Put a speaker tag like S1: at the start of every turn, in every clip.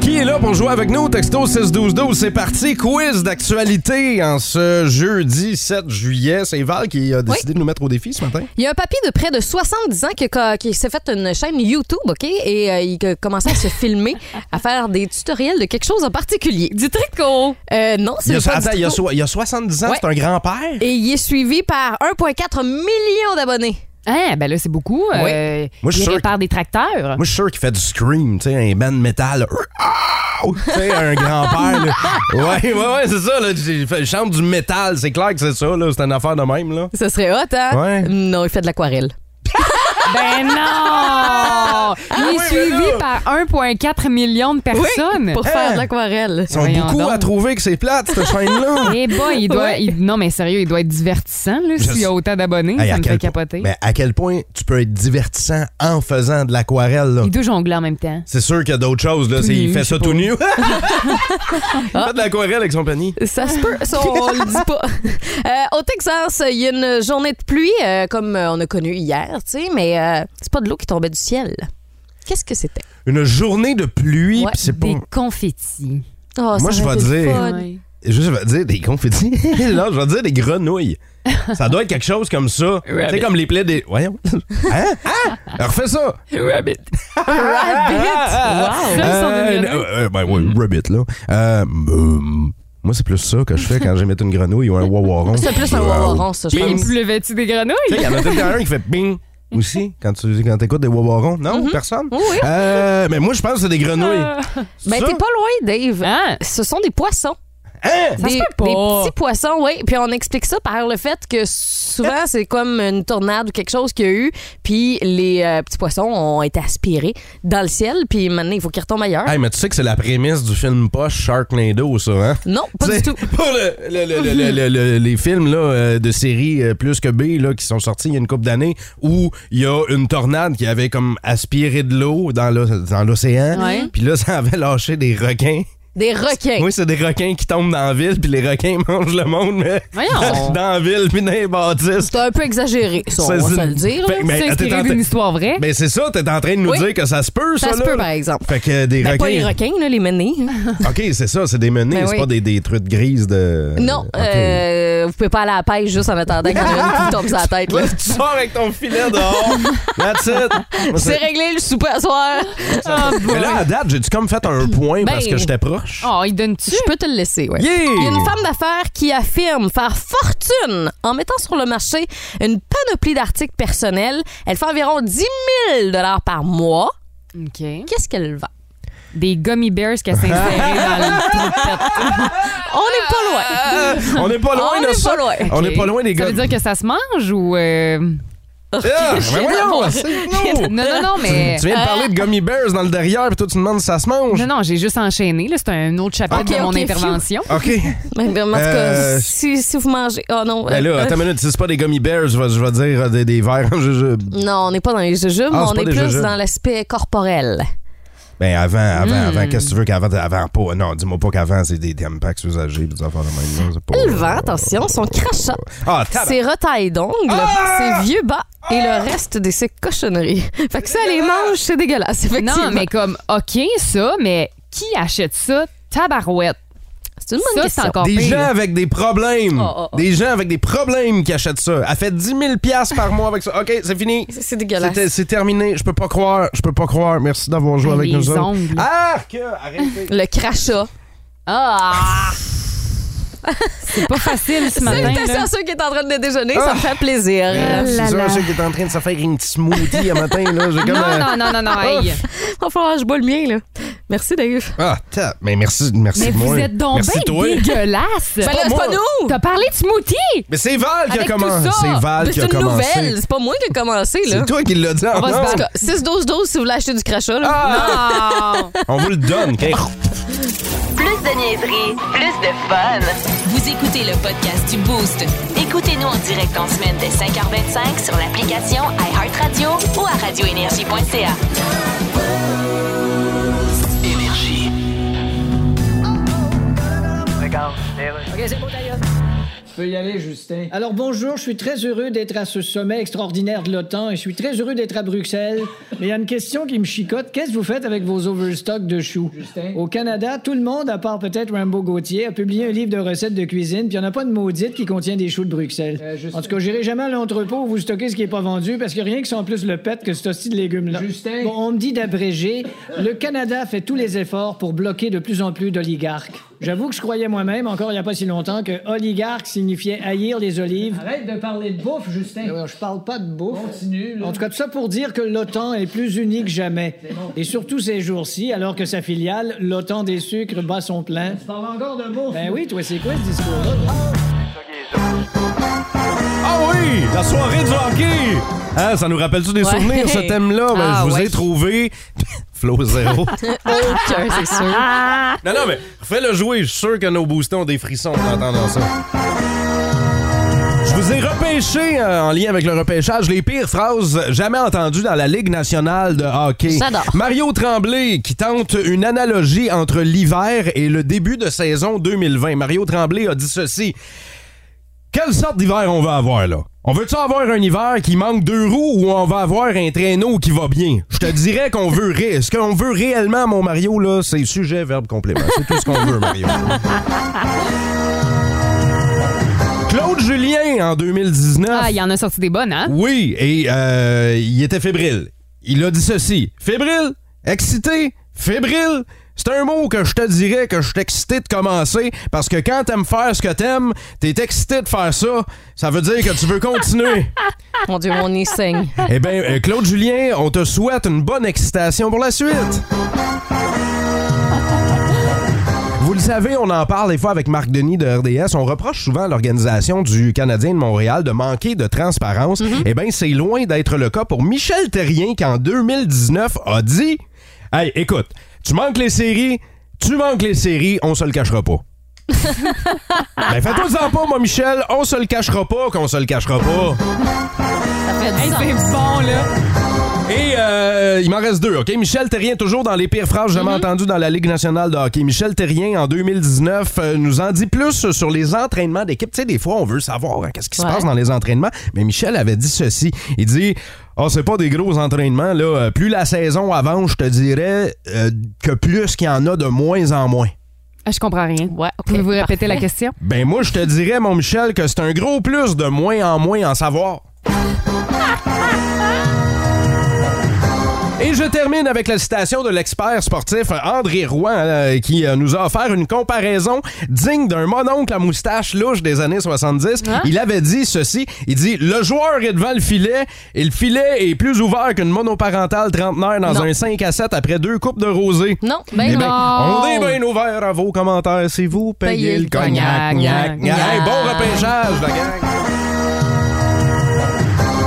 S1: Qui est là pour jouer avec nous? Texto 61212, c'est parti. Quiz d'actualité en ce jeudi 7 juillet. C'est Val qui a décidé de nous mettre au défi ce matin.
S2: Il y a un papy de près de 70 ans qui, a- qui s'est fait une chaîne YouTube, OK? Et euh, il a commencé à se filmer, à faire des tutoriels de quelque chose en particulier. Du tricot! Euh, non,
S1: Il
S2: c'est
S1: y a,
S2: pas du
S1: attends, il y a,
S2: tricot.
S1: so- il y a 70 ans,
S2: Ouais.
S1: c'est un grand-père?
S2: Et il est suivi par 1,4 million d'abonnés.
S3: Ah, ben là, c'est beaucoup.
S2: Oui.
S3: Euh,
S1: Moi, je suis
S3: il
S1: sûr
S3: répare des tracteurs.
S1: Moi, je suis sûr qu'il fait du scream, tu sais, un band metal. Tu sais, un grand-père. là. Ouais, ouais, ouais, c'est ça. Là, J'ai fait- il chante du métal. C'est clair que c'est ça. là. C'est une affaire de même. Là.
S2: Ce serait hot, hein?
S1: Ouais.
S2: Non, il fait de l'aquarelle.
S3: ben non! Il est
S1: oui, ben
S3: suivi
S1: là!
S3: par 1,4 million de personnes.
S2: Pour faire de l'aquarelle.
S1: Hein? Ils sont
S3: Voyons
S1: beaucoup
S3: donc.
S1: à trouver que c'est plate, cette chaîne-là.
S3: Eh boy, il doit.
S2: Ouais.
S3: il- non, mais sérieux, il doit être divertissant, là, s'il y
S1: sais.
S3: a autant d'abonnés.
S1: Hey, à ben,
S3: ça me
S1: quel
S3: fait
S1: point-
S3: capoter.
S1: Mais à quel point tu peux être divertissant en faisant de l'aquarelle, là?
S3: Il doit jongler en même temps.
S1: C'est sûr qu'il y a d'autres choses, là. C'est-
S3: nu,
S1: il fait
S3: je
S1: ça
S3: sais
S1: tout
S3: pas.
S1: nu. il fait de l'aquarelle avec son panier.
S2: Ça se peut, ça, on le dit pas. Euh, au Texas, il y a une journée de pluie, euh, comme euh, on a connu hier, tu sais, mais euh, c'est pas de l'eau qui tombait du ciel. Qu'est-ce que c'était?
S1: Une journée de pluie,
S2: Ouais,
S1: pis c'est pas.
S3: Des confettis.
S2: Oh,
S1: Moi,
S2: ça
S1: je
S2: aurait
S1: vais
S2: été le
S1: dire-
S2: fun.
S3: Ouais.
S1: Je vais dire des confettis. non, je vais dire des grenouilles. Ça doit être quelque chose comme ça.
S3: Rabbit.
S1: C'est comme les plaies des. Voyons. Hein? Hein? Refais ça.
S3: Rabbit.
S1: Rabbit.
S2: Ah!
S3: Wow. Ça, ils sont des grenouilles.
S1: ben oui, rabbit, là. Euh, hum, moi, c'est plus ça que je fais quand j'émette une grenouille ou un wawaron. Euh,
S2: C'est plus un
S1: Wow.
S2: wawaron, ça, je
S3: Il
S2: pense.
S3: pleuvait-tu des grenouilles?
S1: Tu sais, il y en a tout le temps un qui fait bing aussi quand tu quand écoutes des wawarons. Non, personne?
S2: Mm-hmm. oui.
S1: Euh, mais moi, je pense que c'est des grenouilles.
S2: Ben,
S1: Ça?
S2: t'es pas loin, Dave.
S3: Hein?
S2: Ce sont des poissons.
S1: Hein?
S2: des,
S3: peut pas.
S2: des petits poissons, oui. Puis on explique ça par le fait que souvent, c'est comme une tornade ou quelque chose qu'il y a eu. Puis les euh, petits poissons ont été aspirés dans le ciel. Puis maintenant, il faut qu'ils retombent ailleurs.
S1: Hey, mais tu sais que c'est la prémisse du film poche Sharknado, ça, hein?
S2: Non, pas
S1: C'est
S2: du tout.
S1: Pas le- le- le- le- le- le- le- les films là, euh, de série euh, plus que B là, qui sont sortis il y a une couple d'années où il y a une tornade qui avait comme aspiré de l'eau dans l'o- dans l'océan.
S3: Ouais.
S1: Puis là, ça avait lâché des requins.
S2: Des requins.
S1: Oui, c'est des requins qui tombent dans la ville, puis les requins mangent le monde, mais
S3: Voyons.
S1: dans la ville, puis dans les bâtisses.
S2: C'est un peu exagéré, ça, on
S1: Ça,
S2: va
S1: c'est-
S2: se le dire. là.
S1: Fait- mais
S3: C'est
S1: attends,
S3: inspiré
S1: attends,
S3: d'une histoire vraie.
S1: Ben c'est ça, t'es en train de nous
S2: Hein? Oui.
S1: dire que ça se peut, ça,
S2: Ça se
S1: là.
S2: peut, par exemple.
S1: Fait que des
S2: Ben,
S1: requins.
S2: pas les requins, là, les menées.
S1: OK, c'est ça, c'est des menées,
S2: Ben
S1: c'est
S2: oui.
S1: pas des, des truites grises de.
S2: Non,
S1: OK.
S2: euh, vous pouvez pas aller à la pêche juste en attendant qu'il y en ait une qui tombe sur la tête. là.
S1: Là, tu sors avec ton filet dehors. That's it. Moi,
S2: C'est réglé le souper à soir.
S3: Ah,
S1: Mais là, à date, j'ai-tu comme fait un point
S2: Ben-
S1: parce que j'étais proche?
S3: Oh, il donne-tu?
S2: Je peux te le laisser, ouais.
S1: Yeah!
S2: Il y a une femme d'affaires qui affirme faire fortune en mettant sur le marché une panoplie d'articles personnels. Elle fait environ 10 000 par mois.
S3: OK.
S2: Qu'est-ce qu'elle vend?
S3: Des gummy bears qui s'insèrent dans le trompette.
S2: On n'est pas loin.
S1: Ah! On n'est pas loin
S2: Ah, On
S1: de
S2: n'est
S1: ça.
S2: pas loin.
S1: On n'est pas loin des gars.
S3: Ça veut dire que ça se mange ou. euh,
S1: Ah, ben voyons,
S2: d'avoir-
S1: c'est- non.
S3: Non, non, non, mais.
S1: Oh. Tu viens de parler de
S2: euh,
S1: gummy bears dans le derrière, puis toi, tu demandes si ça se mange.
S3: Non, non, j'ai juste enchaîné. là. C'est un autre chapitre
S2: Ok,
S3: de mon
S2: ok,
S3: intervention.
S1: OK.
S2: Mais mais en tout cas,
S1: Euh,
S2: si, si vous mangez. Oh non.
S1: Ben
S2: euh,
S1: là, attends une minute, si c'est pas des gummy bears, je vais, je vais dire euh, des, des verres en jujube.
S2: Non, on n'est pas dans les jujubes,
S1: Ah,
S2: mais
S1: c'est
S2: on
S1: pas
S2: est
S1: des
S2: plus
S1: jujubes.
S2: dans l'aspect corporel.
S1: Ben avant, avant,
S3: Hmm.
S1: avant, qu'est-ce que tu veux qu'avant, avant pas. Non, dis-moi pas qu'avant, c'est des damn packs usagés, puis des affaires de même. non, c'est pas-
S2: Elle vend, attention, son crachat,
S1: Ah, tabarnak. Ah!
S2: ses retailles d'ongles, ses vieux bas et le reste de ses cochonneries. Fait que ça, elle les mange, c'est dégueulasse.
S3: Non,
S2: effectivement.
S3: mais comme, OK, ça, mais qui achète ça? Tabarouette.
S2: c'est une
S3: Ça, c'est
S2: bonne question.
S3: encore
S1: Des
S3: pire.
S1: gens avec des problèmes.
S2: Oh, oh, oh.
S1: Des gens avec des problèmes qui achètent ça. Elle fait 10 000 par mois avec ça. OK, c'est fini.
S2: C'est- C'est dégueulasse.
S1: C'était- C'est terminé. Je peux pas croire. Je peux pas croire. Merci d'avoir joué avec
S3: Les
S1: nous autres. Ah!
S3: ongles.
S1: Arc! Arrêtez.
S2: Le crachat.
S3: Ah! C'est pas facile ce matin.
S2: Salutations
S3: là.
S2: à ceux qui est en train de déjeuner,
S1: Ah.
S2: ça me fait plaisir.
S3: Ah, là
S1: C'est sûr,
S3: là.
S1: ceux qui est en train de se faire une petite smoothie le matin. Là. J'ai comme, euh,
S3: Non, non, non, non, non. hey.
S2: Va falloir que je bois le mien, là. Merci, Dave.
S1: Ah, tap. Mais merci, merci
S3: Mais
S1: de moi.
S3: vous êtes donc
S1: merci
S3: bien
S1: toi.
S3: dégueulasse.
S2: Ben là, c'est
S1: moi.
S2: pas nous!
S3: T'as parlé de smoothie?
S1: Mais c'est Val qui a
S3: Avec tout
S1: commencé.
S3: ça.
S1: C'est Val
S2: Mais
S1: qui
S2: C'est
S1: a
S2: une
S1: commencé.
S2: nouvelle, c'est pas moi qui ai commencé, là.
S1: C'est toi qui l'as dit. en
S3: va se
S1: ondes.
S2: En tout cas, 6-12-12 si vous voulez acheter du crachat, là.
S3: Non!
S1: Ah! On vous le donne. OK?
S4: Plus de niaiserie, plus de fun. Vous écoutez le podcast du Boost. Écoutez-nous en direct en semaine dès 5h25 sur l'application iHeartRadio ou à radioénergie.ca.
S5: Énergie. peux y aller, Justin. Alors bonjour, je suis très heureux d'être à ce sommet extraordinaire de l'OTAN et je suis très heureux d'être à Bruxelles. Mais il y a une question qui me chicote. Qu'est-ce que vous faites avec vos overstocks de choux? Au Canada, tout le monde, à part peut-être Rambo Gauthier, a publié un livre de recettes de cuisine, puis il n'y en a pas de maudite qui contient des choux de Bruxelles. en tout cas, j'irai jamais à l'entrepôt où vous stockez ce qui n'est pas vendu parce qu'il n'y a rien qui sent plus le pet que ce hostie de légumes-là. Bon, on me dit d'abréger. Le Canada fait tous les efforts pour bloquer de plus en plus d'oligarques. J'avoue que je croyais moi-même, encore il n'y a pas si longtemps, que oligarque signifiait haïr les olives. Arrête de parler de bouffe, Justin. je parle pas de bouffe. Continue. En tout cas, tout ça pour dire que l'OTAN est plus unie que jamais. Et surtout ces jours-ci, alors que sa filiale, l'OTAN des sucres, bat son plein. Tu parles encore de bouffe. Ben oui, toi, c'est quoi ce discours-là? toi?
S1: Ah oui, la soirée du hockey. Hein, ça nous rappelle-tu des
S2: Ouais.
S1: souvenirs, ce thème-là? Ben,
S2: Ah
S1: je vous
S2: ouais.
S1: ai trouvé Flow Zéro.
S2: Aucun, c'est sûr.
S1: non, non, mais fais-le jouer. Je suis sûr que nos boostons ont des frissons en entendant ça. Je vous ai repêché, euh, en lien avec le repêchage, les pires phrases jamais entendues dans la Ligue nationale de hockey.
S2: J'adore.
S1: Mario Tremblay qui tente une analogie entre l'hiver et le début de saison 2020. Mario Tremblay a dit ceci. Quelle sorte d'hiver on va avoir là? On veut-tu avoir un hiver qui manque deux roues ou on va avoir un traîneau qui va bien? Je te dirais qu'on veut ré- ce qu'on veut réellement, mon Mario, là, c'est sujet, verbe, complément. C'est tout ce qu'on veut, Mario. Claude Julien en 2019.
S3: Ah, il en a sorti des bonnes, hein?
S1: Oui, et euh, il était fébrile. Il a dit ceci. Fébrile, excité, fébrile. C'est un mot que je te dirais que je suis excité de commencer parce que quand t'aimes faire ce que t'aimes, t'es excité de faire ça. Ça veut dire que tu veux continuer.
S2: Mon Dieu, mon nez saigne.
S1: eh bien, Claude Julien, on te souhaite une bonne excitation pour la suite. Vous le savez, on en parle des fois avec Marc Denis de RDS. On reproche souvent à l'organisation du Canadien de Montréal de manquer de transparence. Eh bien, c'est loin d'être le cas pour Michel Terrien qui, en 2019, a dit Hey, écoute, tu manques les séries, tu manques les séries, on se le cachera pas. ben, fais-toi-en pas, moi, Michel, on se le cachera pas, qu'on se le cachera pas.
S3: Hey, c'est bon, là!
S1: Et euh, il m'en reste deux, OK? Michel Terrien, toujours dans les pires phrases jamais entendues dans la Ligue nationale de hockey. Michel Terrien, en 2019, euh, nous en dit plus sur les entraînements d'équipe. Tu sais, des fois, on veut savoir hein, qu'est-ce qui se
S2: Ouais.
S1: passe dans les entraînements. Mais Michel avait dit ceci. Il dit... Ah, c'est pas des gros entraînements, là. Euh, Plus la saison avance, je te dirais euh, que plus qu'il y en a de moins en moins.
S3: Ah, je comprends rien.
S2: Ouais, ok,
S3: Pouvez-vous répéter la question?
S1: Ben moi, je te dirais, mon Michel, que c'est un gros plus de moins en moins en savoir. Et je termine avec la citation de l'expert sportif André Roy, euh, qui euh, nous a offert une comparaison digne d'un mononcle à moustache louche des années 70. Il avait dit ceci, il dit « Le joueur est devant le filet et le filet est plus ouvert qu'une monoparentale trentenaire dans
S2: Non.
S1: un 5 à 7 après deux coupes de rosée. »
S2: Non, ben
S1: Eh ben,
S2: non.
S1: on est bien ouvert à vos commentaires si vous payez le cognac. Gnac, gnac. Hey, bon repêchage, la gang.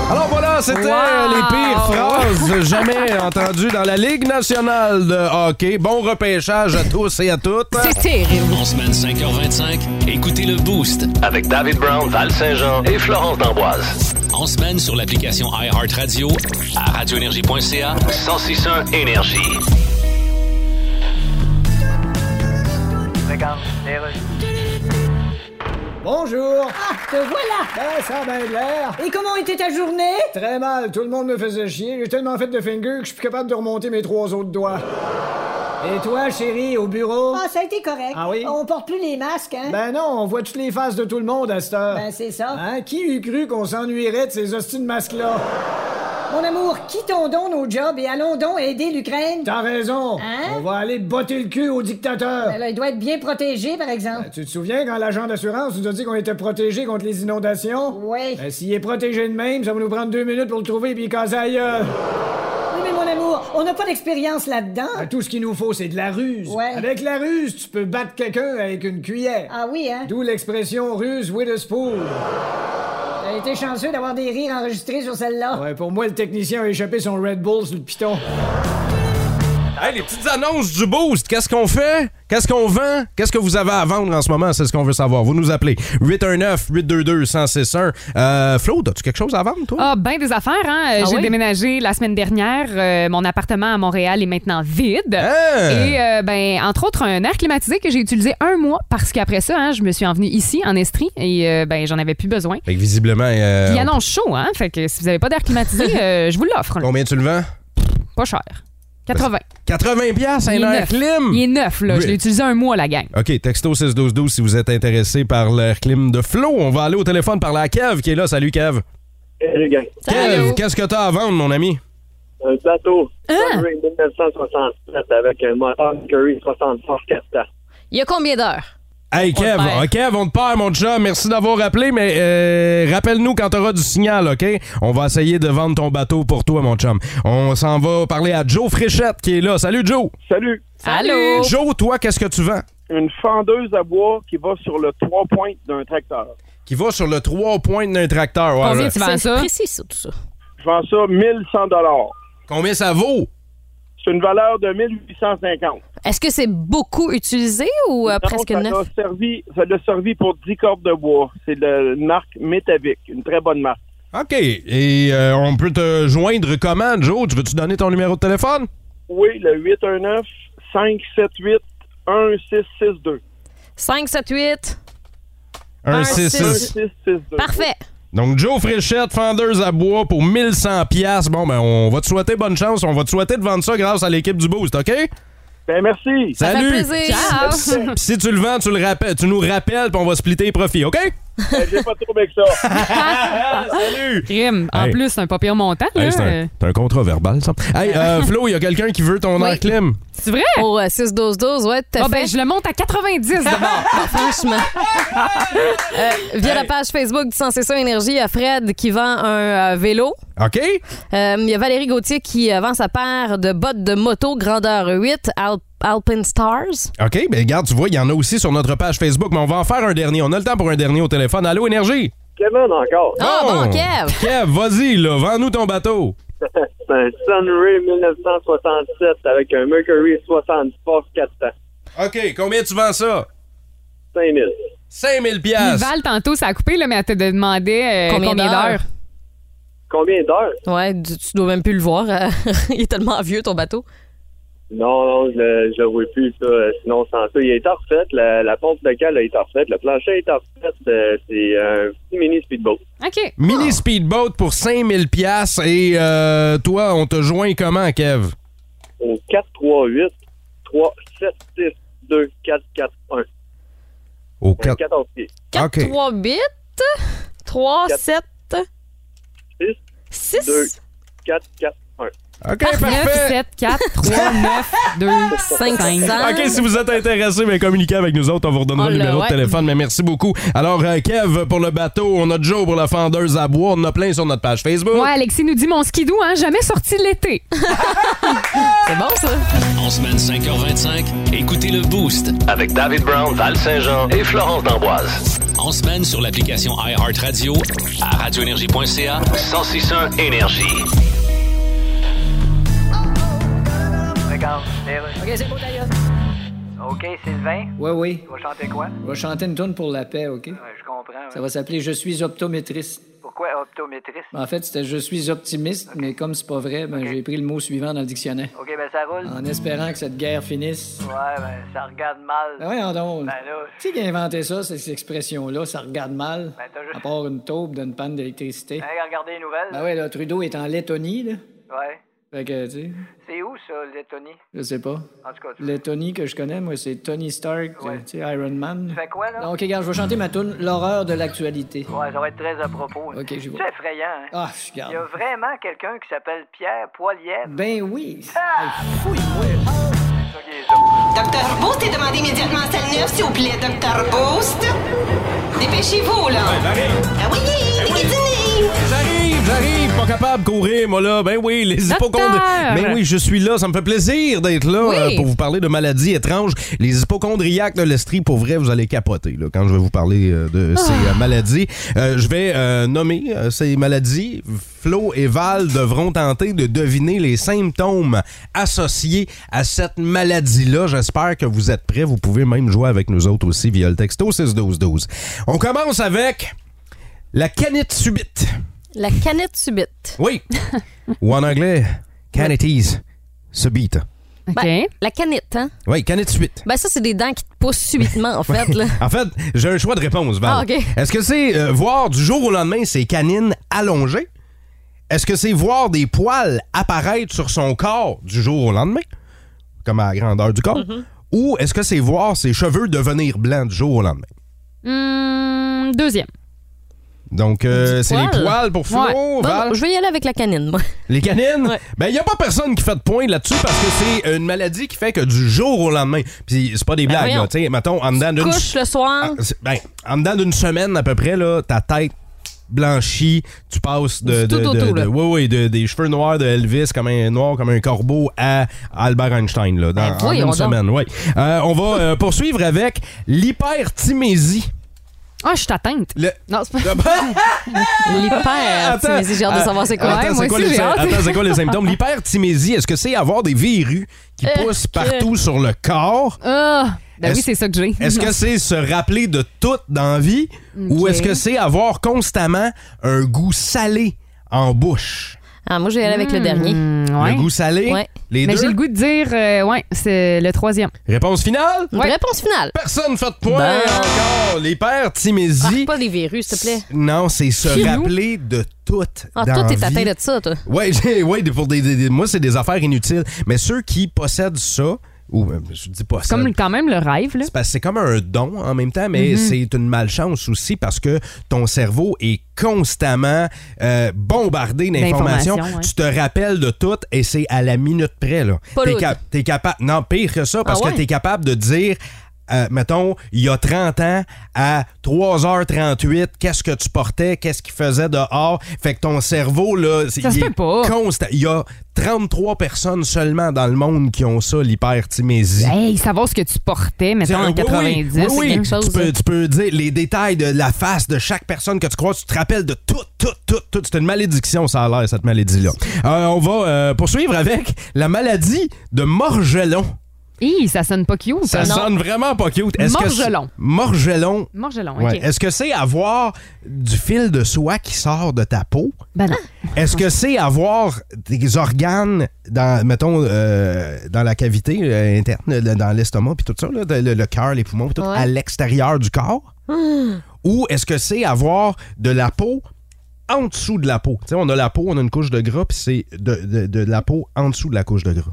S1: Alors voilà, c'était euh, les pires phrases jamais entendues dans la Ligue nationale de hockey. Bon repêchage à tous et à toutes.
S2: C'est terrible.
S6: En semaine 5h25, écoutez le Boost.
S7: Avec David Brown, Val Saint-Jean et Florence D'Amboise.
S6: En semaine sur l'application iHeartRadio à radioénergie.ca.
S7: 1061 Énergie.
S5: Bonjour! Ah, te voilà! Ben, ça a bien de l'air!
S8: Et comment était ta journée
S5: Très mal, tout le monde me faisait chier. J'ai tellement fait de finger que je suis plus capable de remonter mes trois autres doigts. Et toi, chérie, au bureau?
S8: Ah, ça a été correct.
S5: Ah oui?
S8: On porte plus les masques, hein?
S5: Ben non, on voit toutes les faces de tout le monde à cette heure.
S8: Ben, c'est ça.
S5: Hein? Qui eût cru qu'on s'ennuierait de ces hosties de masques-là?
S8: Mon amour, quittons donc nos jobs et allons donc aider l'Ukraine.
S5: T'as raison.
S8: Hein? Ben
S5: On va aller botter le cul au dictateur.
S8: Elle doit être bien protégée, par exemple.
S5: Tu te souviens quand l'agent d'assurance nous a dit qu'on était protégé contre les inondations?
S8: Oui.
S5: Ben, s'il est protégé de même, ça va nous prendre deux minutes pour le trouver et puis casser la gueule.
S8: Oui, mais mon amour, on n'a pas d'expérience là-dedans.
S5: Ben, tout ce qu'il nous faut, c'est de la ruse.
S8: Ouais.
S5: Avec la ruse, tu peux battre quelqu'un avec une cuillère.
S8: Ah oui, hein?
S5: D'où l'expression ruse with a spoon.
S8: T'as été chanceux d'avoir des rires enregistrés sur celle-là.
S5: Ouais, pour moi, le technicien a échappé son Red Bull sur le piton.
S1: Hey, les petites annonces du boost, qu'est-ce qu'on fait? Qu'est-ce qu'on vend? Qu'est-ce que vous avez à vendre en ce moment? C'est ce qu'on veut savoir. Vous nous appelez 819-822-1061. Euh, Flo, as-tu quelque chose à vendre, toi?
S3: Ah, ben des affaires, hein. Euh,
S2: Ah
S3: J'ai
S2: oui?
S3: déménagé la semaine dernière. Euh, mon appartement à Montréal est maintenant vide.
S1: Ah!
S3: Et, euh, ben, entre autres, un air climatisé que j'ai utilisé un mois parce qu'après ça, hein, je me suis envenue ici, en Estrie, et, euh, ben, j'en avais plus besoin.
S1: Fait que visiblement, euh,
S3: Il annonce chaud, hein. Fait que si vous n'avez pas d'air climatisé, euh, je vous l'offre. là.
S1: combien tu le vends?
S3: Pas cher. 80.
S1: 80 pièces un
S3: Il est
S1: air
S3: neuf.
S1: clim!
S3: Il est neuf, là. Je l'ai
S1: Oui.
S3: utilisé un mois, la gang.
S1: OK, texto 61212 si vous êtes intéressé par l'air clim de Flo. On va aller au téléphone par la Kev qui est là. Salut Kev.
S9: Salut, gang.
S1: Kev, qu'est-ce que t'as à vendre, mon ami?
S9: Un plateau. Un Ring 1967 avec un moteur Curry 64 400.
S2: Il y a combien d'heures?
S1: Hey
S2: On
S1: Kev,
S2: te perd.
S1: OK, on te perd, mon chum. Merci d'avoir rappelé, mais euh, rappelle-nous quand t'auras du signal, OK? On va essayer de vendre ton bateau pour toi, mon chum. On s'en va parler à Joe Fréchette qui est là. Salut Joe!
S9: Salut.
S3: Oh.
S2: Allô?
S1: Joe, toi, qu'est-ce que tu vends?
S9: Une fendeuse à bois qui va sur le trois points d'un tracteur.
S1: Qui va sur le 3 points d'un tracteur. ouais,
S3: Combien
S1: ouais.
S3: tu vends
S2: C'est
S3: ça?
S2: précis, ça, tout ça.
S9: Je vends ça 1100
S1: Combien ça vaut?
S9: C'est une valeur de 1850.
S2: Est-ce que c'est beaucoup utilisé ou euh, presque
S9: ça l'a
S2: neuf?
S9: servi, ça l'a servi pour 10 cordes de bois. C'est la marque Metavic, une très bonne marque.
S1: OK. Et euh, on peut te joindre comment, Joe? Tu veux-tu donner ton numéro de téléphone?
S9: Oui, le 819 578 1662.
S2: 5, 7, 8.
S1: 1 6
S2: six, six.
S1: 6
S9: 1662.
S2: Parfait.
S1: Donc, Joe Fréchette, fendeuse à bois pour 1100 pièces. Bon, ben, on va te souhaiter bonne chance. On va te souhaiter de vendre ça grâce à l'équipe du Boost, OK?
S9: Ben merci.
S2: Ça fait
S1: Salut!
S2: plaisir.
S3: Ciao!
S1: Pis si tu le vends, tu, le rappelles, tu nous rappelles, puis on va splitter les profits, OK?
S9: Ben, J'ai pas trop avec ça.
S1: Salut!
S3: Crime. En
S1: Hey.
S3: plus, c'est un pas pire montant, là.
S1: Hey, c'est un, c'est un contrat verbal, ça. Hey, euh, Flo, il y a quelqu'un qui veut ton
S2: Oui.
S1: air clim.
S3: C'est vrai?
S2: Au 6-12-12, ouais, tout
S3: Ah,
S2: à fait.
S3: ben, je le monte à 90 d'abord.
S2: Ah, Franchement. Euh, via la page Facebook du Sensé ça Énergie, il y a Fred qui vend un euh, vélo.
S1: OK?
S2: Euh, Il y a Valérie Gauthier qui euh, vend sa paire de bottes de moto grandeur 8 Al- Alpine Stars.
S1: OK, ben, regarde, tu vois, il y en a aussi sur notre page Facebook, mais on va en faire un dernier. On a le temps pour un dernier au téléphone. Allô, Énergie?
S9: Kevin encore.
S2: Ah,
S1: Oh!
S2: bon, Kev!
S1: Kev, vas-y, là, vends-nous ton bateau.
S9: C'est un Sunray 1967 avec un Mercury 64 400.
S1: OK, combien tu vends ça?
S9: 5000.
S1: 5000
S3: Puis
S1: pièces.
S3: Val, tantôt, ça a coupé, là, mais elle te demandait euh,
S2: Combien
S3: combien,
S2: d'heures?
S3: d'heures.
S9: Combien d'heures?
S2: Ouais, tu, tu dois même plus le voir. euh, il est tellement vieux, ton bateau.
S9: Non, non, je je le vois plus, ça. euh, Sinon, sans ça, il est en refait. La, la pompe de cale est en refait. Le plancher est en refait. euh, C'est un petit mini speedboat.
S3: OK.
S1: Mini speedboat pour 5000 pièces et euh, toi, on te joint comment, Kev?
S9: Au 438 376 2441.
S1: Au
S9: 14 pieds.
S2: 4,
S1: OK.
S2: 3 bits. 3,
S9: Quatre.
S2: 7,
S9: 6,
S2: 6.
S9: 2, 4, 4, 1.
S1: OK,
S3: 9, 7, 4, 3, 9, 2, 5, 5.
S1: OK, si vous êtes intéressé, ben, communiquez avec nous autres. On vous redonnera
S2: Oh
S1: le
S2: là,
S1: numéro
S2: ouais.
S1: de téléphone. Mais merci beaucoup. Alors, euh, Kev pour le bateau, on a Joe pour la fendeuse à bois, on en a plein sur notre page Facebook.
S3: Ouais, Alexis nous dit mon skidou, hein, jamais sorti de l'été.
S2: C'est bon, ça?
S6: En semaine 5h25, écoutez le Boost.
S7: Avec David Brown, Val Saint-Jean et Florence D'Amboise.
S6: En semaine sur l'application iHeartRadio à radioénergie.ca.
S7: 1061 Énergie.
S5: Ouais, oui.
S10: Tu vas chanter quoi?
S5: On va chanter une tune pour la paix, OK?
S10: Ouais, je comprends.
S5: Ça va s'appeler Je suis optométriste.
S10: Pourquoi optométriste?
S5: En fait, c'était Je suis optimiste, mais comme c'est pas vrai, ben, j'ai pris le mot suivant dans le dictionnaire.
S10: OK, ben ça roule.
S5: En espérant que cette guerre finisse.
S10: Ouais, ben ça regarde mal.
S5: Ben voyons donc.
S10: Ben là,
S5: Tu sais qui a inventé ça, ces expressions-là, ça regarde mal.
S10: Ben, t'as juste-
S5: À part une taupe d'une panne d'électricité.
S10: hein, regardez les nouvelles.
S5: Ben ouais, là, Trudeau est en Lettonie, là.
S10: Ouais.
S5: Fait que, tu sais,
S10: C'est où ça, Lettonie?
S5: je sais pas.
S10: En tout cas, tu
S5: Lettonie que je connais, moi, c'est Tony Stark,
S10: Ouais.
S5: tu sais, Iron Man.
S10: fais quoi, là?
S5: Non, OK, regarde, je vais chanter ma tune L'horreur de l'actualité.
S10: Ouais, ça va être très à propos. hein.
S5: OK, j'y vais.
S10: C'est effrayant, hein?
S5: Ah, je
S10: Il y a
S5: garde.
S10: vraiment quelqu'un qui s'appelle Pierre Poilievre.
S5: Ben oui.
S10: Ah! C'est ça qui est ça.
S11: Docteur Boost est demandé immédiatement à salle 9, s'il vous plaît, Docteur Boost. Dépêchez-vous, là. Ah oui, les guidinés. J'arrive!
S1: J'arrive, j'arrive, pas capable de courir, moi là. Ben oui, les
S11: Docteur!
S1: hypochondriacs. Ben oui, je suis là, ça me fait plaisir d'être là
S11: Oui.
S1: euh, pour vous parler de maladies étranges. Les hypochondriaques de l'Estrie, pour vrai, vous allez capoter là, quand je vais vous parler euh, de ces
S11: Ah.
S1: euh, maladies. Euh, je vais euh, nommer euh, ces maladies. Flo et Val devront tenter de deviner les symptômes associés à cette maladie-là. J'espère que vous êtes prêts. Vous pouvez même jouer avec nous autres aussi via le texto 6-12-12. On commence avec la canette subite.
S2: La canette subite.
S1: Oui. Ou en anglais, canettes subite.
S2: Ben, la canette, hein?
S1: Oui, canette subite.
S2: Ben ça, c'est des dents qui te poussent subitement, en fait. Là.
S1: en fait, j'ai un choix de réponse, Val.
S2: Ah, ok.
S1: Est-ce que c'est euh, voir du jour au lendemain ses canines allongées? Est-ce que c'est voir des poils apparaître sur son corps du jour au lendemain, comme à la grandeur du corps?
S2: Mhm.
S1: Ou est-ce que c'est voir ses cheveux devenir blancs du jour au lendemain?
S3: Hum, deuxième.
S1: Donc, euh, c'est les
S2: Poil.
S1: poils pour Flo,
S2: Ouais. Bon,
S1: Val.
S2: bon, je vais y aller avec la canine, moi.
S1: Les canines? Ben, il n'y a pas personne qui fait de point là-dessus parce que c'est une maladie qui fait que du jour au lendemain. Puis, c'est pas des blagues,
S2: Ben voyons.
S1: là. Tu sais, mettons, en dedans d'une.
S2: Couche le soir.
S1: C'est- Ben, en dedans d'une semaine à peu près, là, ta tête blanchie, tu passes de,
S2: Du tout
S1: de-
S2: au
S1: de-
S2: tout,
S1: de-
S2: là.
S1: oui, oui, de- des cheveux noirs de Elvis comme un noir comme un corbeau à Albert Einstein là, dans,
S2: Ben,
S1: en
S2: voyons
S1: une
S2: donc.
S1: semaine. Oui. Euh, on va euh, poursuivre avec l'hypertimésie.
S3: Ah, je suis atteinte.
S1: Le- Ah, ben.
S3: Non, c'est pas.
S2: L'hyper.
S1: Attends,
S2: J'ai
S3: Ah.
S2: hâte de savoir c'est quoi.
S1: Attends,
S2: Ouais,
S1: c'est
S2: moi
S1: quoi,
S2: aussi,
S1: les,
S2: j'ai hâte.
S1: attends, c'est quoi les symptômes? L'hypertimésie, est-ce que c'est avoir des verrues qui
S3: Euh,
S1: poussent
S3: que-
S1: partout sur le corps?
S3: Ah, ben oui,
S1: Est-ce-
S3: c'est ça que j'ai.
S1: Est-ce que c'est se rappeler de tout dans vie ou
S3: Ok.
S1: est-ce que c'est avoir constamment un goût salé en bouche?
S2: Ah, moi, je vais y aller avec le
S3: Hmm,
S2: dernier.
S3: ouais.
S1: Le goût salé?
S2: Ouais.
S1: Les
S3: Mais
S1: deux?
S3: j'ai le goût de dire, euh, ouais, c'est le troisième.
S1: Réponse finale?
S2: Une Réponse finale.
S1: Personne ne fait de point
S2: Ben.
S1: encore. L'hypertimésie.
S2: Ah, Pas des verrues, s'il te plaît.
S1: Non, c'est se
S2: Filou.
S1: rappeler de tout.
S2: Ah,
S1: dans
S2: toi, t'es
S1: vie.
S2: atteint de ça, toi.
S1: Oui, ouais, des- pour des, des- des- moi, c'est des affaires inutiles. Mais ceux qui possèdent ça, ou euh, je dis pas
S3: C'est
S1: ça.
S3: comme quand même le rêve, là.
S1: Parce que c'est comme un don en même temps, mais
S3: Mhm.
S1: c'est une malchance aussi parce que ton cerveau est constamment euh, bombardé d'informations.
S3: D'informations, ouais.
S1: Tu te rappelles de tout et c'est à la minute près. Là.
S3: Pas
S1: T'es
S3: lourd.
S1: t'es capable. Non, pire que ça, parce
S3: Ah ouais?
S1: que t'es capable de dire. euh, mettons, il y a 30 ans, à 3h38, qu'est-ce que tu portais, qu'est-ce qu'il faisait dehors. Fait que ton cerveau, là, c'est-
S3: Ça se
S1: il
S3: peut
S1: est
S3: pas.
S1: constant. Il y a 33 personnes seulement dans le monde qui ont ça, l'hypertimésie.
S3: Hey, savoir ce que tu portais, mettons, en
S1: Euh, Oui, oui,
S3: 90,
S1: oui,
S3: c'est
S1: oui.
S3: quelque
S1: Tu
S3: chose.
S1: peux- tu peux dire les détails de la face de chaque personne que tu crois, tu te rappelles de tout, tout, tout, tout. C'est une malédiction, ça a l'air, cette maladie-là. Euh, on va euh, poursuivre avec la maladie de Morgelon.
S3: Hi, ça sonne pas cute. hein.
S1: Ça sonne vraiment pas cute. que c'est-
S3: Morgelon.
S1: Morgelon.
S3: Morgelon,
S1: Ouais.
S3: OK.
S1: Est-ce que c'est avoir du fil de soie qui sort de ta peau?
S3: Ben non.
S1: Est-ce que c'est avoir des organes dans, mettons, euh, dans la cavité euh, interne, le- dans l'estomac, puis tout ça, là, le, le cœur, les poumons, puis tout,
S2: Ouais.
S1: à l'extérieur du corps?
S3: Ah.
S1: Ou est-ce que c'est avoir de la peau en dessous de la peau? Tu sais, on a la peau, on a une couche de gras, puis c'est de, de- de la peau en dessous de la couche de gras.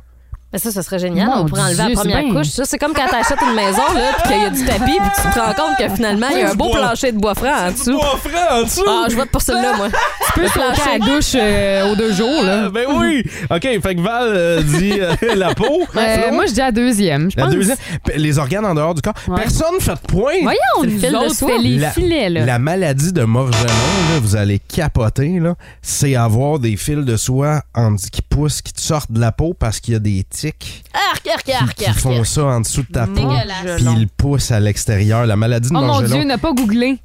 S2: Mais ça, ça serait génial.
S3: Mon
S2: on pourrait enlever
S3: Dieu,
S2: la première
S3: c'est bien.
S2: couche. Ça, c'est comme quand t'achètes une maison, là, puis qu'il y a du tapis, puis tu te rends compte que finalement, il y a un beau
S1: bois.
S2: plancher de bois franc en dessous.
S1: Bois franc en dessous!
S2: Ah, je vote pour celle-là, moi.
S3: Tu peux sauter à la douche euh, aux deux jours, là.
S1: Ah, ben oui! OK, fait que Val euh, dit euh, la peau.
S3: Euh,
S1: Flo?
S3: moi, je dis à deuxième, je
S1: La
S3: pense.
S1: deuxième, p- les organes en dehors du corps.
S3: Ouais.
S1: Personne fait de point.
S3: Voyons,
S2: C'est le
S3: nous
S2: fil de
S3: autres,
S2: soie.
S3: c'est les
S1: la,
S3: filets, là.
S1: la maladie de Morgellon, là, vous allez capoter, là, c'est avoir des fils de soie en- qui poussent, qui te sortent de la peau parce qu'il y a des tics
S2: Arc, arc, arc,
S1: qui
S2: arc.
S1: font ça en dessous de ta peau.
S2: Dégueulasse.
S1: Puis ils poussent à l'extérieur. La maladie de
S3: Oh mon
S1: Morgellon.
S3: Dieu, n'a pas googlé.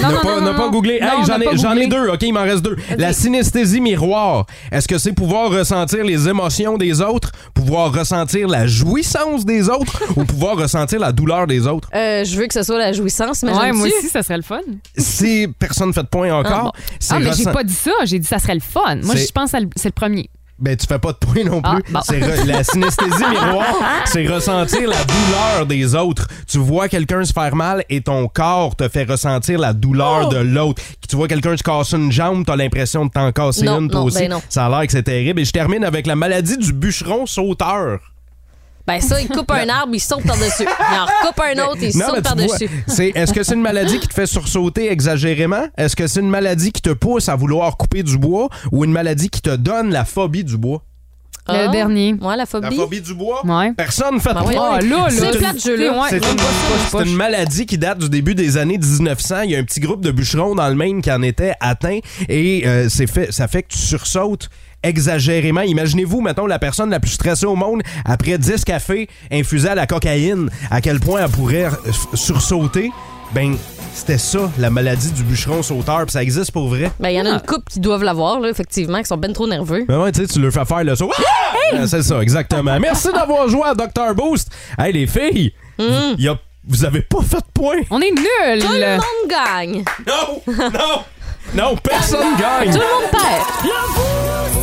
S1: n'a pas, n'a pas googlé.
S3: Non,
S1: Hey, j'en
S3: n'a pas
S1: ai, j'en ai
S3: googlé.
S1: deux, OK? Il m'en reste deux. La synesthésie miroir. Est-ce que c'est pouvoir ressentir les émotions des autres, pouvoir ressentir la jouissance des autres ou pouvoir ressentir la douleur des autres?
S2: Euh, je veux que ce soit la jouissance, mais
S3: Ouais, moi
S2: j'aime-tu?
S3: aussi, ça serait le fun.
S1: si personne ne fait de point encore, c'est
S3: Ah, mais j'ai
S1: ressen-
S3: pas dit ça. J'ai dit ça serait le fun. Moi,
S1: C'est-
S3: je pense que c'est le premier.
S1: Ben, tu fais pas de point non plus.
S3: Ah, bon.
S1: C'est re- La synesthésie miroir, c'est ressentir la douleur des autres. Tu vois quelqu'un se faire mal et ton corps te fait ressentir la
S2: Oh!
S1: douleur de l'autre. Tu vois quelqu'un se casser une jambe, t'as l'impression de t'en casser
S2: Non,
S1: une toi
S2: non,
S1: aussi.
S2: ben non.
S1: Ça a l'air que c'est terrible. Et je termine avec la maladie du bûcheron sauteur.
S2: Ben ça, il coupe un arbre, il saute par-dessus. Il en recoupe un autre, il
S1: Non, mais
S2: saute
S1: tu
S2: par-dessus.
S1: vois, c'est- Est-ce que c'est une maladie qui te fait sursauter exagérément? Est-ce que c'est une maladie qui te pousse à vouloir couper du bois ou une maladie qui te donne la phobie du bois?
S2: Ah.
S3: Le dernier.
S2: Ouais, la phobie.
S1: La phobie du bois?
S3: Ouais.
S1: Personne ne fait
S3: Ben
S1: de
S3: voyons.
S1: poids.
S3: Ah, là, là,
S1: C'est
S3: c'est
S1: une-
S3: plate, ce jeu-là. Ouais.
S1: C'est une,
S3: Poche, poche,
S1: c'est une
S3: poche.
S1: maladie qui date du début des années 1900. Il y a un petit groupe de bûcherons dans le Maine qui en était atteint et euh, c'est fait, ça fait que tu sursautes exagérément. Imaginez-vous, mettons, la personne la plus stressée au monde après 10 cafés infusés à la cocaïne, à quel point elle pourrait euh, f- sursauter. Ben, c'était ça, la maladie du bûcheron sauteur, puis ça existe pour vrai.
S2: Ben, il y en a une couple qui doivent l'avoir, là, effectivement, qui sont ben trop nerveux.
S1: Ben ouais, tu sais, tu leur fais faire le saut. Ah! Ouais, C'est ça, exactement. Merci d'avoir joué à Dr. Boost. Hey, les filles, vous- y a- vous avez pas fait de point.
S3: On est nuls.
S2: Tout le monde gagne.
S1: Non, non, non, personne gagne.
S2: Tout le monde perd.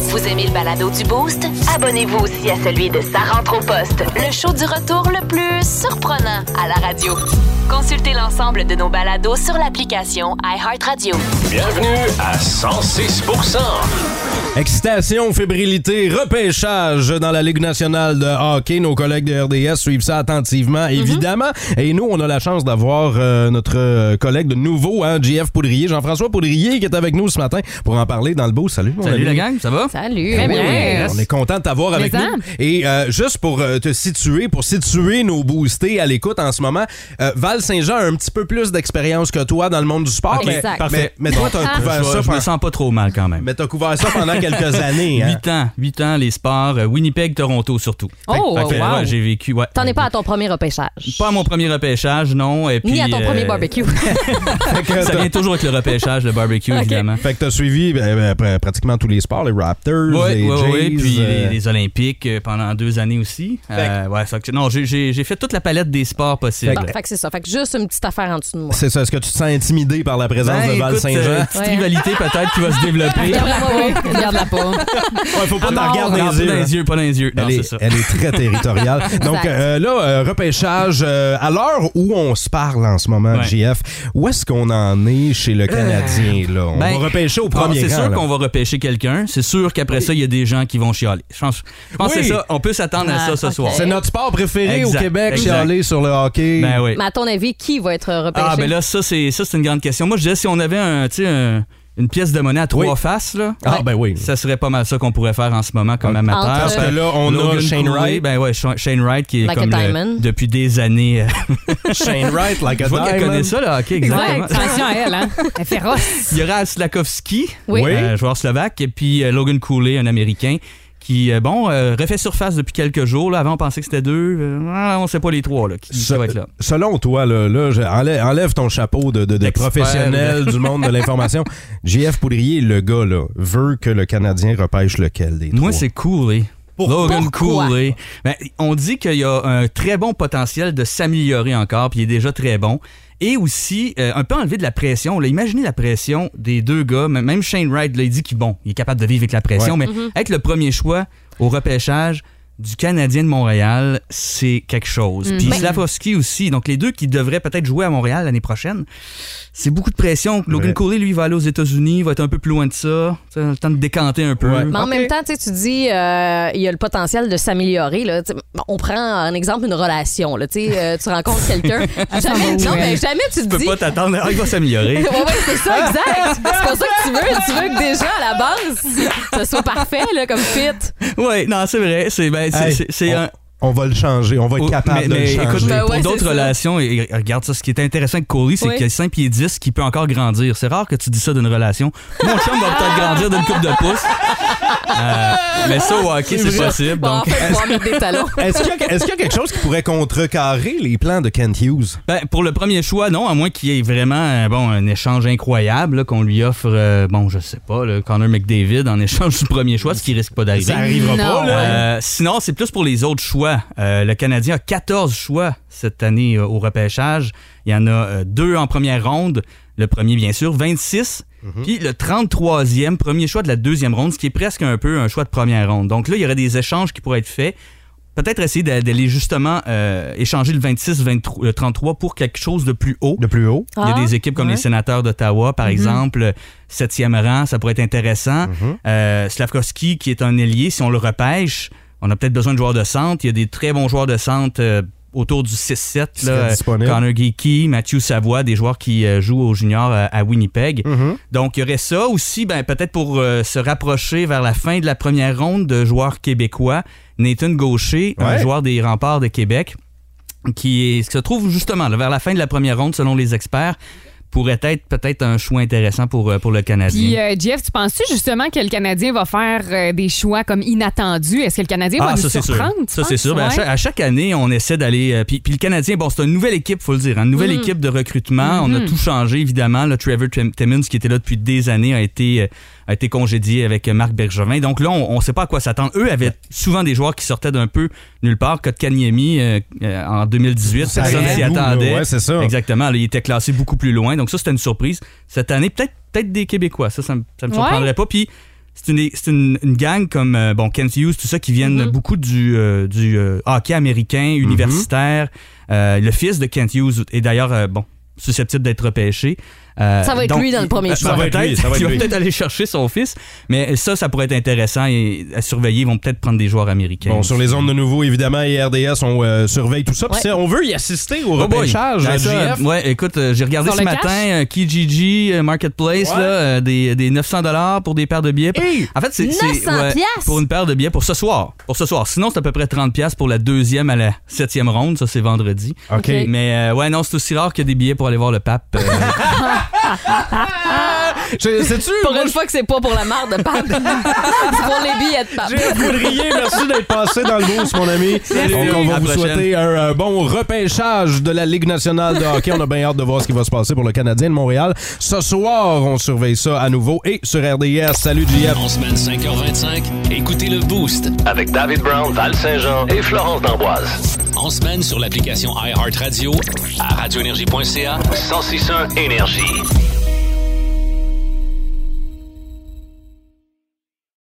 S4: Vous aimez le balado du Boost? Abonnez-vous aussi à celui de Sa rentre au poste, le show du retour le plus surprenant à la radio. Consultez l'ensemble de nos balados sur l'application iHeartRadio.
S6: Bienvenue à 106
S1: Excitation, fébrilité, repêchage dans la Ligue nationale de hockey. Nos collègues de RDS suivent ça
S2: Mhm.
S1: attentivement, évidemment. Et nous, on a la chance d'avoir euh, notre euh, collègue de nouveau, hein, JF Poudrier, Jean-François Poudrier, qui est avec nous ce matin pour en parler dans le beau. Salut, mon
S12: Salut
S1: ami.
S12: la gang, Hein, ça va?
S2: Salut.
S1: Eh oui, On est content de t'avoir
S12: Mais
S1: avec
S12: ça.
S1: nous. Et euh, juste pour euh, te situer, pour situer nos boostés à l'écoute en ce moment, euh, Val Saint-Jean a un petit peu plus d'expérience que toi dans le monde du sport.
S12: Ok,
S1: mais,
S12: exact.
S1: mais,
S12: parfait.
S1: mais toi,
S12: Bon,
S1: t'as
S12: je
S1: couvert
S12: vois-
S1: ça
S12: je me
S1: pendant-
S12: sens pas trop mal quand même.
S1: Mais t'as couvert ça pendant quelques années. Hein?
S12: 8 ans, 8 ans, les sports, euh, Winnipeg, Toronto surtout. Fait-
S2: Oh,
S12: fait que,
S2: wow.
S12: ouais, j'ai vécu, ouais.
S2: T'en es pas à ton premier repêchage.
S12: Pas à mon premier repêchage, non. Et puis,
S2: Ni à ton
S12: euh,
S2: premier barbecue.
S12: ça vient toujours avec le repêchage, le barbecue,
S2: Ok.
S12: évidemment.
S1: Fait que t'as suivi ben, ben, pr- pratiquement tous les sports, les Raptors,
S12: Oui,
S1: les
S12: oui, oui.
S1: Jays,
S12: Puis
S1: euh,
S12: les, les Olympiques euh, pendant deux années aussi. Euh, ouais, ça que- non, j'ai- j'ai j'ai fait toute la palette des sports possibles.
S2: Bon, fait que c'est ça. Fait que juste une petite affaire en dessous de moi.
S1: C'est ça, est-ce que tu te sens intimidé par la présence
S12: Ben,
S1: de Val
S12: écoute, euh,
S1: Saint-Jean?
S12: petite rivalité peut-être qui va se développer.
S2: Regarde-la pas. Regarde-la pas.
S1: Ouais, faut pas
S12: Ah,
S1: t'en regarder
S12: non,
S1: dans
S12: pas
S1: les yeux.
S12: dans
S1: hein.
S12: les yeux, pas dans les yeux. Non,
S1: elle,
S12: c'est
S1: est,
S12: ça.
S1: elle est très territoriale. Donc
S12: Exact.
S1: euh, là, euh, repêchage, euh, à l'heure où on se parle en ce moment,
S12: Ouais. Euh,
S1: JF, où est-ce qu'on en est chez le Canadien? Là? On
S12: Ben,
S1: va repêcher au
S12: ah,
S1: premier
S12: C'est
S1: rang,
S12: sûr
S1: là.
S12: qu'on va repêcher quelqu'un. C'est sûr qu'après ça, il y a des gens qui vont chialer. Je pense, je pense que
S1: Oui.
S12: c'est ça. On peut s'attendre
S2: Ah,
S12: à ça ce soir.
S1: C'est notre sport préféré
S12: Exact,
S1: au Québec,
S12: exact.
S1: chialer sur le hockey.
S12: Ben oui.
S2: Mais à ton avis, qui va être repêché?
S12: Ah, ben là, ça, c'est ça, c'est une grande question. Moi, je disais, si on avait un, tu sais, un- une pièce de monnaie à trois faces, là,
S1: Ah, ben oui.
S12: ça serait pas mal ça qu'on pourrait faire en ce moment comme amateur.
S1: Entre- Parce que là, on a
S12: Logan
S1: Shane
S12: Cooley,
S1: Wright.
S12: Ben ouais, Sha- Shane Wright qui est
S2: Like a
S12: comme le-
S2: diamond.
S12: depuis des années. euh,
S1: Shane Wright, like a
S12: Je vois qu'elle
S1: diamond.
S12: connaît ça, là, hockey, exactement.
S3: Ouais, attention à elle, hein. Elle est féroce.
S12: Il y aura Slakovski,
S3: Oui. Oui.
S12: euh, joueur slovaque, et puis euh, Logan Cooley, un Américain, qui, euh, bon, euh, refait surface depuis quelques jours. Là. Avant, on pensait que c'était deux. Euh, ah, on sait pas les trois là, qui qui va être là.
S1: Selon toi, là, là, je- enlève, enlève ton chapeau de, de- de
S12: D'expert,
S1: professionnel
S12: là.
S1: du monde de l'information. JF Poudrier, le gars, là, veut que le Canadien repêche lequel des
S12: Moi,
S1: trois?
S12: c'est Cooley. Logan
S1: Pourquoi?
S12: Cooley. Ben, on dit qu'il y a un très bon potentiel de s'améliorer encore, puis il est déjà très bon. Et aussi, euh, un peu enlever de la pression. Là, imaginez la pression des deux gars. M- Même Shane Wright, là, il dit qu'il bon, il est capable de vivre avec la pression, mais
S1: Ouais. Mhm.
S12: être le premier choix au repêchage du Canadien de Montréal, c'est quelque chose.
S1: Mm.
S12: Puis
S1: Ben-
S12: Slavkovski aussi, donc les deux qui devraient peut-être jouer à Montréal l'année prochaine, c'est beaucoup de pression. Logan
S1: Ouais.
S12: Cooley, lui, va aller aux États-Unis, va être un peu plus loin de ça, Tu sais, le temps de décanter un peu.
S2: Mais en
S12: Ok.
S2: même temps, tu sais, tu dis, euh, il y a le potentiel de s'améliorer. là. Tu sais, On prend en exemple une relation. Là, tu sais, euh, tu rencontres quelqu'un. jamais, non, mais jamais tu te
S12: peux
S2: dis.
S12: pas t'attendre. Ah, il va s'améliorer.
S2: Ouais, ouais, c'est ça, exact. C'est pour ça que tu veux. Tu veux que déjà, à la base, ce soit parfait là, comme fit.
S12: ouais, non, c'est vrai. C'est ben, c'est-
S1: Hey,
S12: c'est- c'est
S1: on,
S12: un.
S1: on va le changer, on va être capable
S12: Oh, mais,
S1: de
S12: mais
S1: le changer.
S12: écoute,
S2: Ben
S12: pour
S2: ouais, c'est
S12: d'autres
S2: ça.
S12: relations, et et regarde ça, ce qui est intéressant avec Cooley, c'est
S2: Oui.
S12: qu'il a 5 pieds 10 qui peut encore grandir. C'est rare que tu dis ça d'une relation. Mon chum va peut-être grandir d'une coupe de pouce. mais ça, au hockey, c'est
S2: vrai.
S12: possible.
S2: Bon,
S12: donc.
S2: en fait, pouvoir mettre des talons.
S1: Est-ce qu'il y, a- est-ce qu'il y a quelque chose qui pourrait contrecarrer les plans de Kent Hughes?
S12: Ben, pour le premier choix, non, à moins qu'il y ait vraiment euh, bon, un échange incroyable, là, qu'on lui offre, euh, bon, je sais pas, le Connor McDavid en échange du premier choix, ce qui risque pas d'arriver.
S1: Ça arrivera pas, Non. là.
S12: Euh, sinon, c'est plus pour les autres choix. Euh, le Canadien a 14 choix cette année euh, au repêchage. Il y en a euh, deux en première ronde. Le premier, bien sûr, 26. Puis le 33e, premier choix de la deuxième ronde, ce qui est presque un peu un choix de première ronde. Donc là, il y aurait des échanges qui pourraient être faits. Peut-être essayer d'a- d'aller justement euh, échanger le 26, 23, le 33 pour quelque chose de plus haut.
S1: De plus haut.
S12: Il y
S1: Ah,
S12: a des équipes comme
S1: ouais.
S12: les sénateurs d'Ottawa, par
S1: Mhm.
S12: exemple, septième rang, ça pourrait être intéressant.
S1: Mhm.
S12: Euh, Slavkovski, qui est un ailier, si on le repêche, on a peut-être besoin de joueurs de centre. Il y a des très bons joueurs de centre euh, autour du 6-7.
S1: Qui
S12: là,
S1: serait
S12: euh,
S1: disponible.
S12: Connor Geeky, Mathieu Savoie, des joueurs qui euh, jouent aux juniors euh, à Winnipeg.
S1: Mhm.
S12: Donc, il y aurait ça aussi, ben, peut-être pour euh, se rapprocher vers la fin de la première ronde de joueurs québécois, Nathan Gaucher, un
S13: Ouais.
S12: joueur des remparts de Québec, qui, est- qui se trouve justement là, vers la fin de la première ronde, selon les experts, pourrait être peut-être un choix intéressant pour, euh, pour le Canadien.
S3: Puis, euh, Jeff, tu penses-tu justement que le Canadien va faire euh, des choix comme inattendus? Est-ce que le Canadien va nous
S12: c'est sûr.
S3: surprendre? tu
S12: Ah, Ça, c'est
S3: penses?
S12: sûr. Ben, à,
S3: Ouais.
S12: chaque, à chaque année, on essaie d'aller. euh, puis, puis le Canadien, bon, c'est une nouvelle équipe, faut le dire. hein, une nouvelle
S3: Mm.
S13: Mhm.
S12: équipe de recrutement. On
S13: Mhm.
S12: a tout changé, évidemment. Le Trevor Tim- Timmins, qui était là depuis des années, a été, euh, a été congédié avec euh, Marc Bergevin. Donc là, on ne sait pas à quoi s'attendre. Eux avaient souvent des joueurs qui sortaient d'un peu nulle part. Kotkaniemi, euh, euh, en 2018,
S1: Ça
S12: personne
S1: arrive
S12: s'y
S1: à bout, là.
S12: attendait.
S1: Ouais, c'est ça.
S12: Exactement. Là, il était classé beaucoup plus loin. Donc ça, c'était une surprise. Cette année, peut-être peut-être des Québécois. Ça, ça me, ça me
S13: Ouais.
S12: surprendrait pas. Puis c'est une, c'est une, une gang comme euh, bon, Kent Hughes, tout ça, qui viennent
S2: Mm-hmm.
S12: beaucoup du, euh, du euh, hockey américain, universitaire. Euh, le fils de Kent Hughes est d'ailleurs, euh, bon, susceptible d'être repêché. Euh,
S2: Ça va être lui dans le premier
S12: euh,
S2: choix. Ça va être
S12: peut-être.
S2: lui, ça va être
S12: Il va
S2: lui.
S12: peut-être aller chercher son fils. Mais ça, ça pourrait être intéressant et à surveiller. Ils vont peut-être prendre des joueurs américains.
S1: Bon, sur les ondes de nouveau, évidemment, et RDS, on euh, surveille tout ça. Puis
S12: Ouais.
S1: c'est- on veut y assister au
S12: Oh boy.
S1: repêchage.
S12: Ben,
S1: euh,
S12: ça,
S1: JF.
S12: ouais, écoute, euh, j'ai regardé
S1: Sur
S12: ce
S1: le
S12: matin
S1: cash?
S12: euh, Kijiji euh, Marketplace, là,
S1: Ouais.
S12: euh, des, des 900 pour des paires de billets. en fait, c'est c'est-
S2: 900 piastres?
S12: pour une paire de billets pour ce soir. Pour ce soir. Sinon, c'est à peu près 30 pièces pour la deuxième à la septième ronde. Ça, c'est vendredi.
S1: OK.
S12: Mais euh, ouais, non, c'est aussi rare que des billets pour aller voir le pape. euh,
S1: Je- sais-tu,
S2: Pour une fois que c'est pas pour la marde de pape. c'est pour les billets de pape.
S1: Jeff Boudrier, merci d'être passé dans le boost, mon ami.
S12: Salut.
S1: Donc, on va
S12: À
S1: vous
S12: prochaine.
S1: souhaiter un, euh, bon repêchage de la Ligue nationale de hockey. On a bien hâte de voir ce qui va se passer pour le Canadien de Montréal. Ce soir, on surveille ça à nouveau et sur RDS. Salut, JF.
S6: En semaine 5h25, écoutez le Boost.
S7: Avec David Brown, Val Saint-Jean et Florence D'Amboise.
S6: En semaine sur l'application iHeartRadio, à radioénergie.ca.
S7: 1061 Énergie.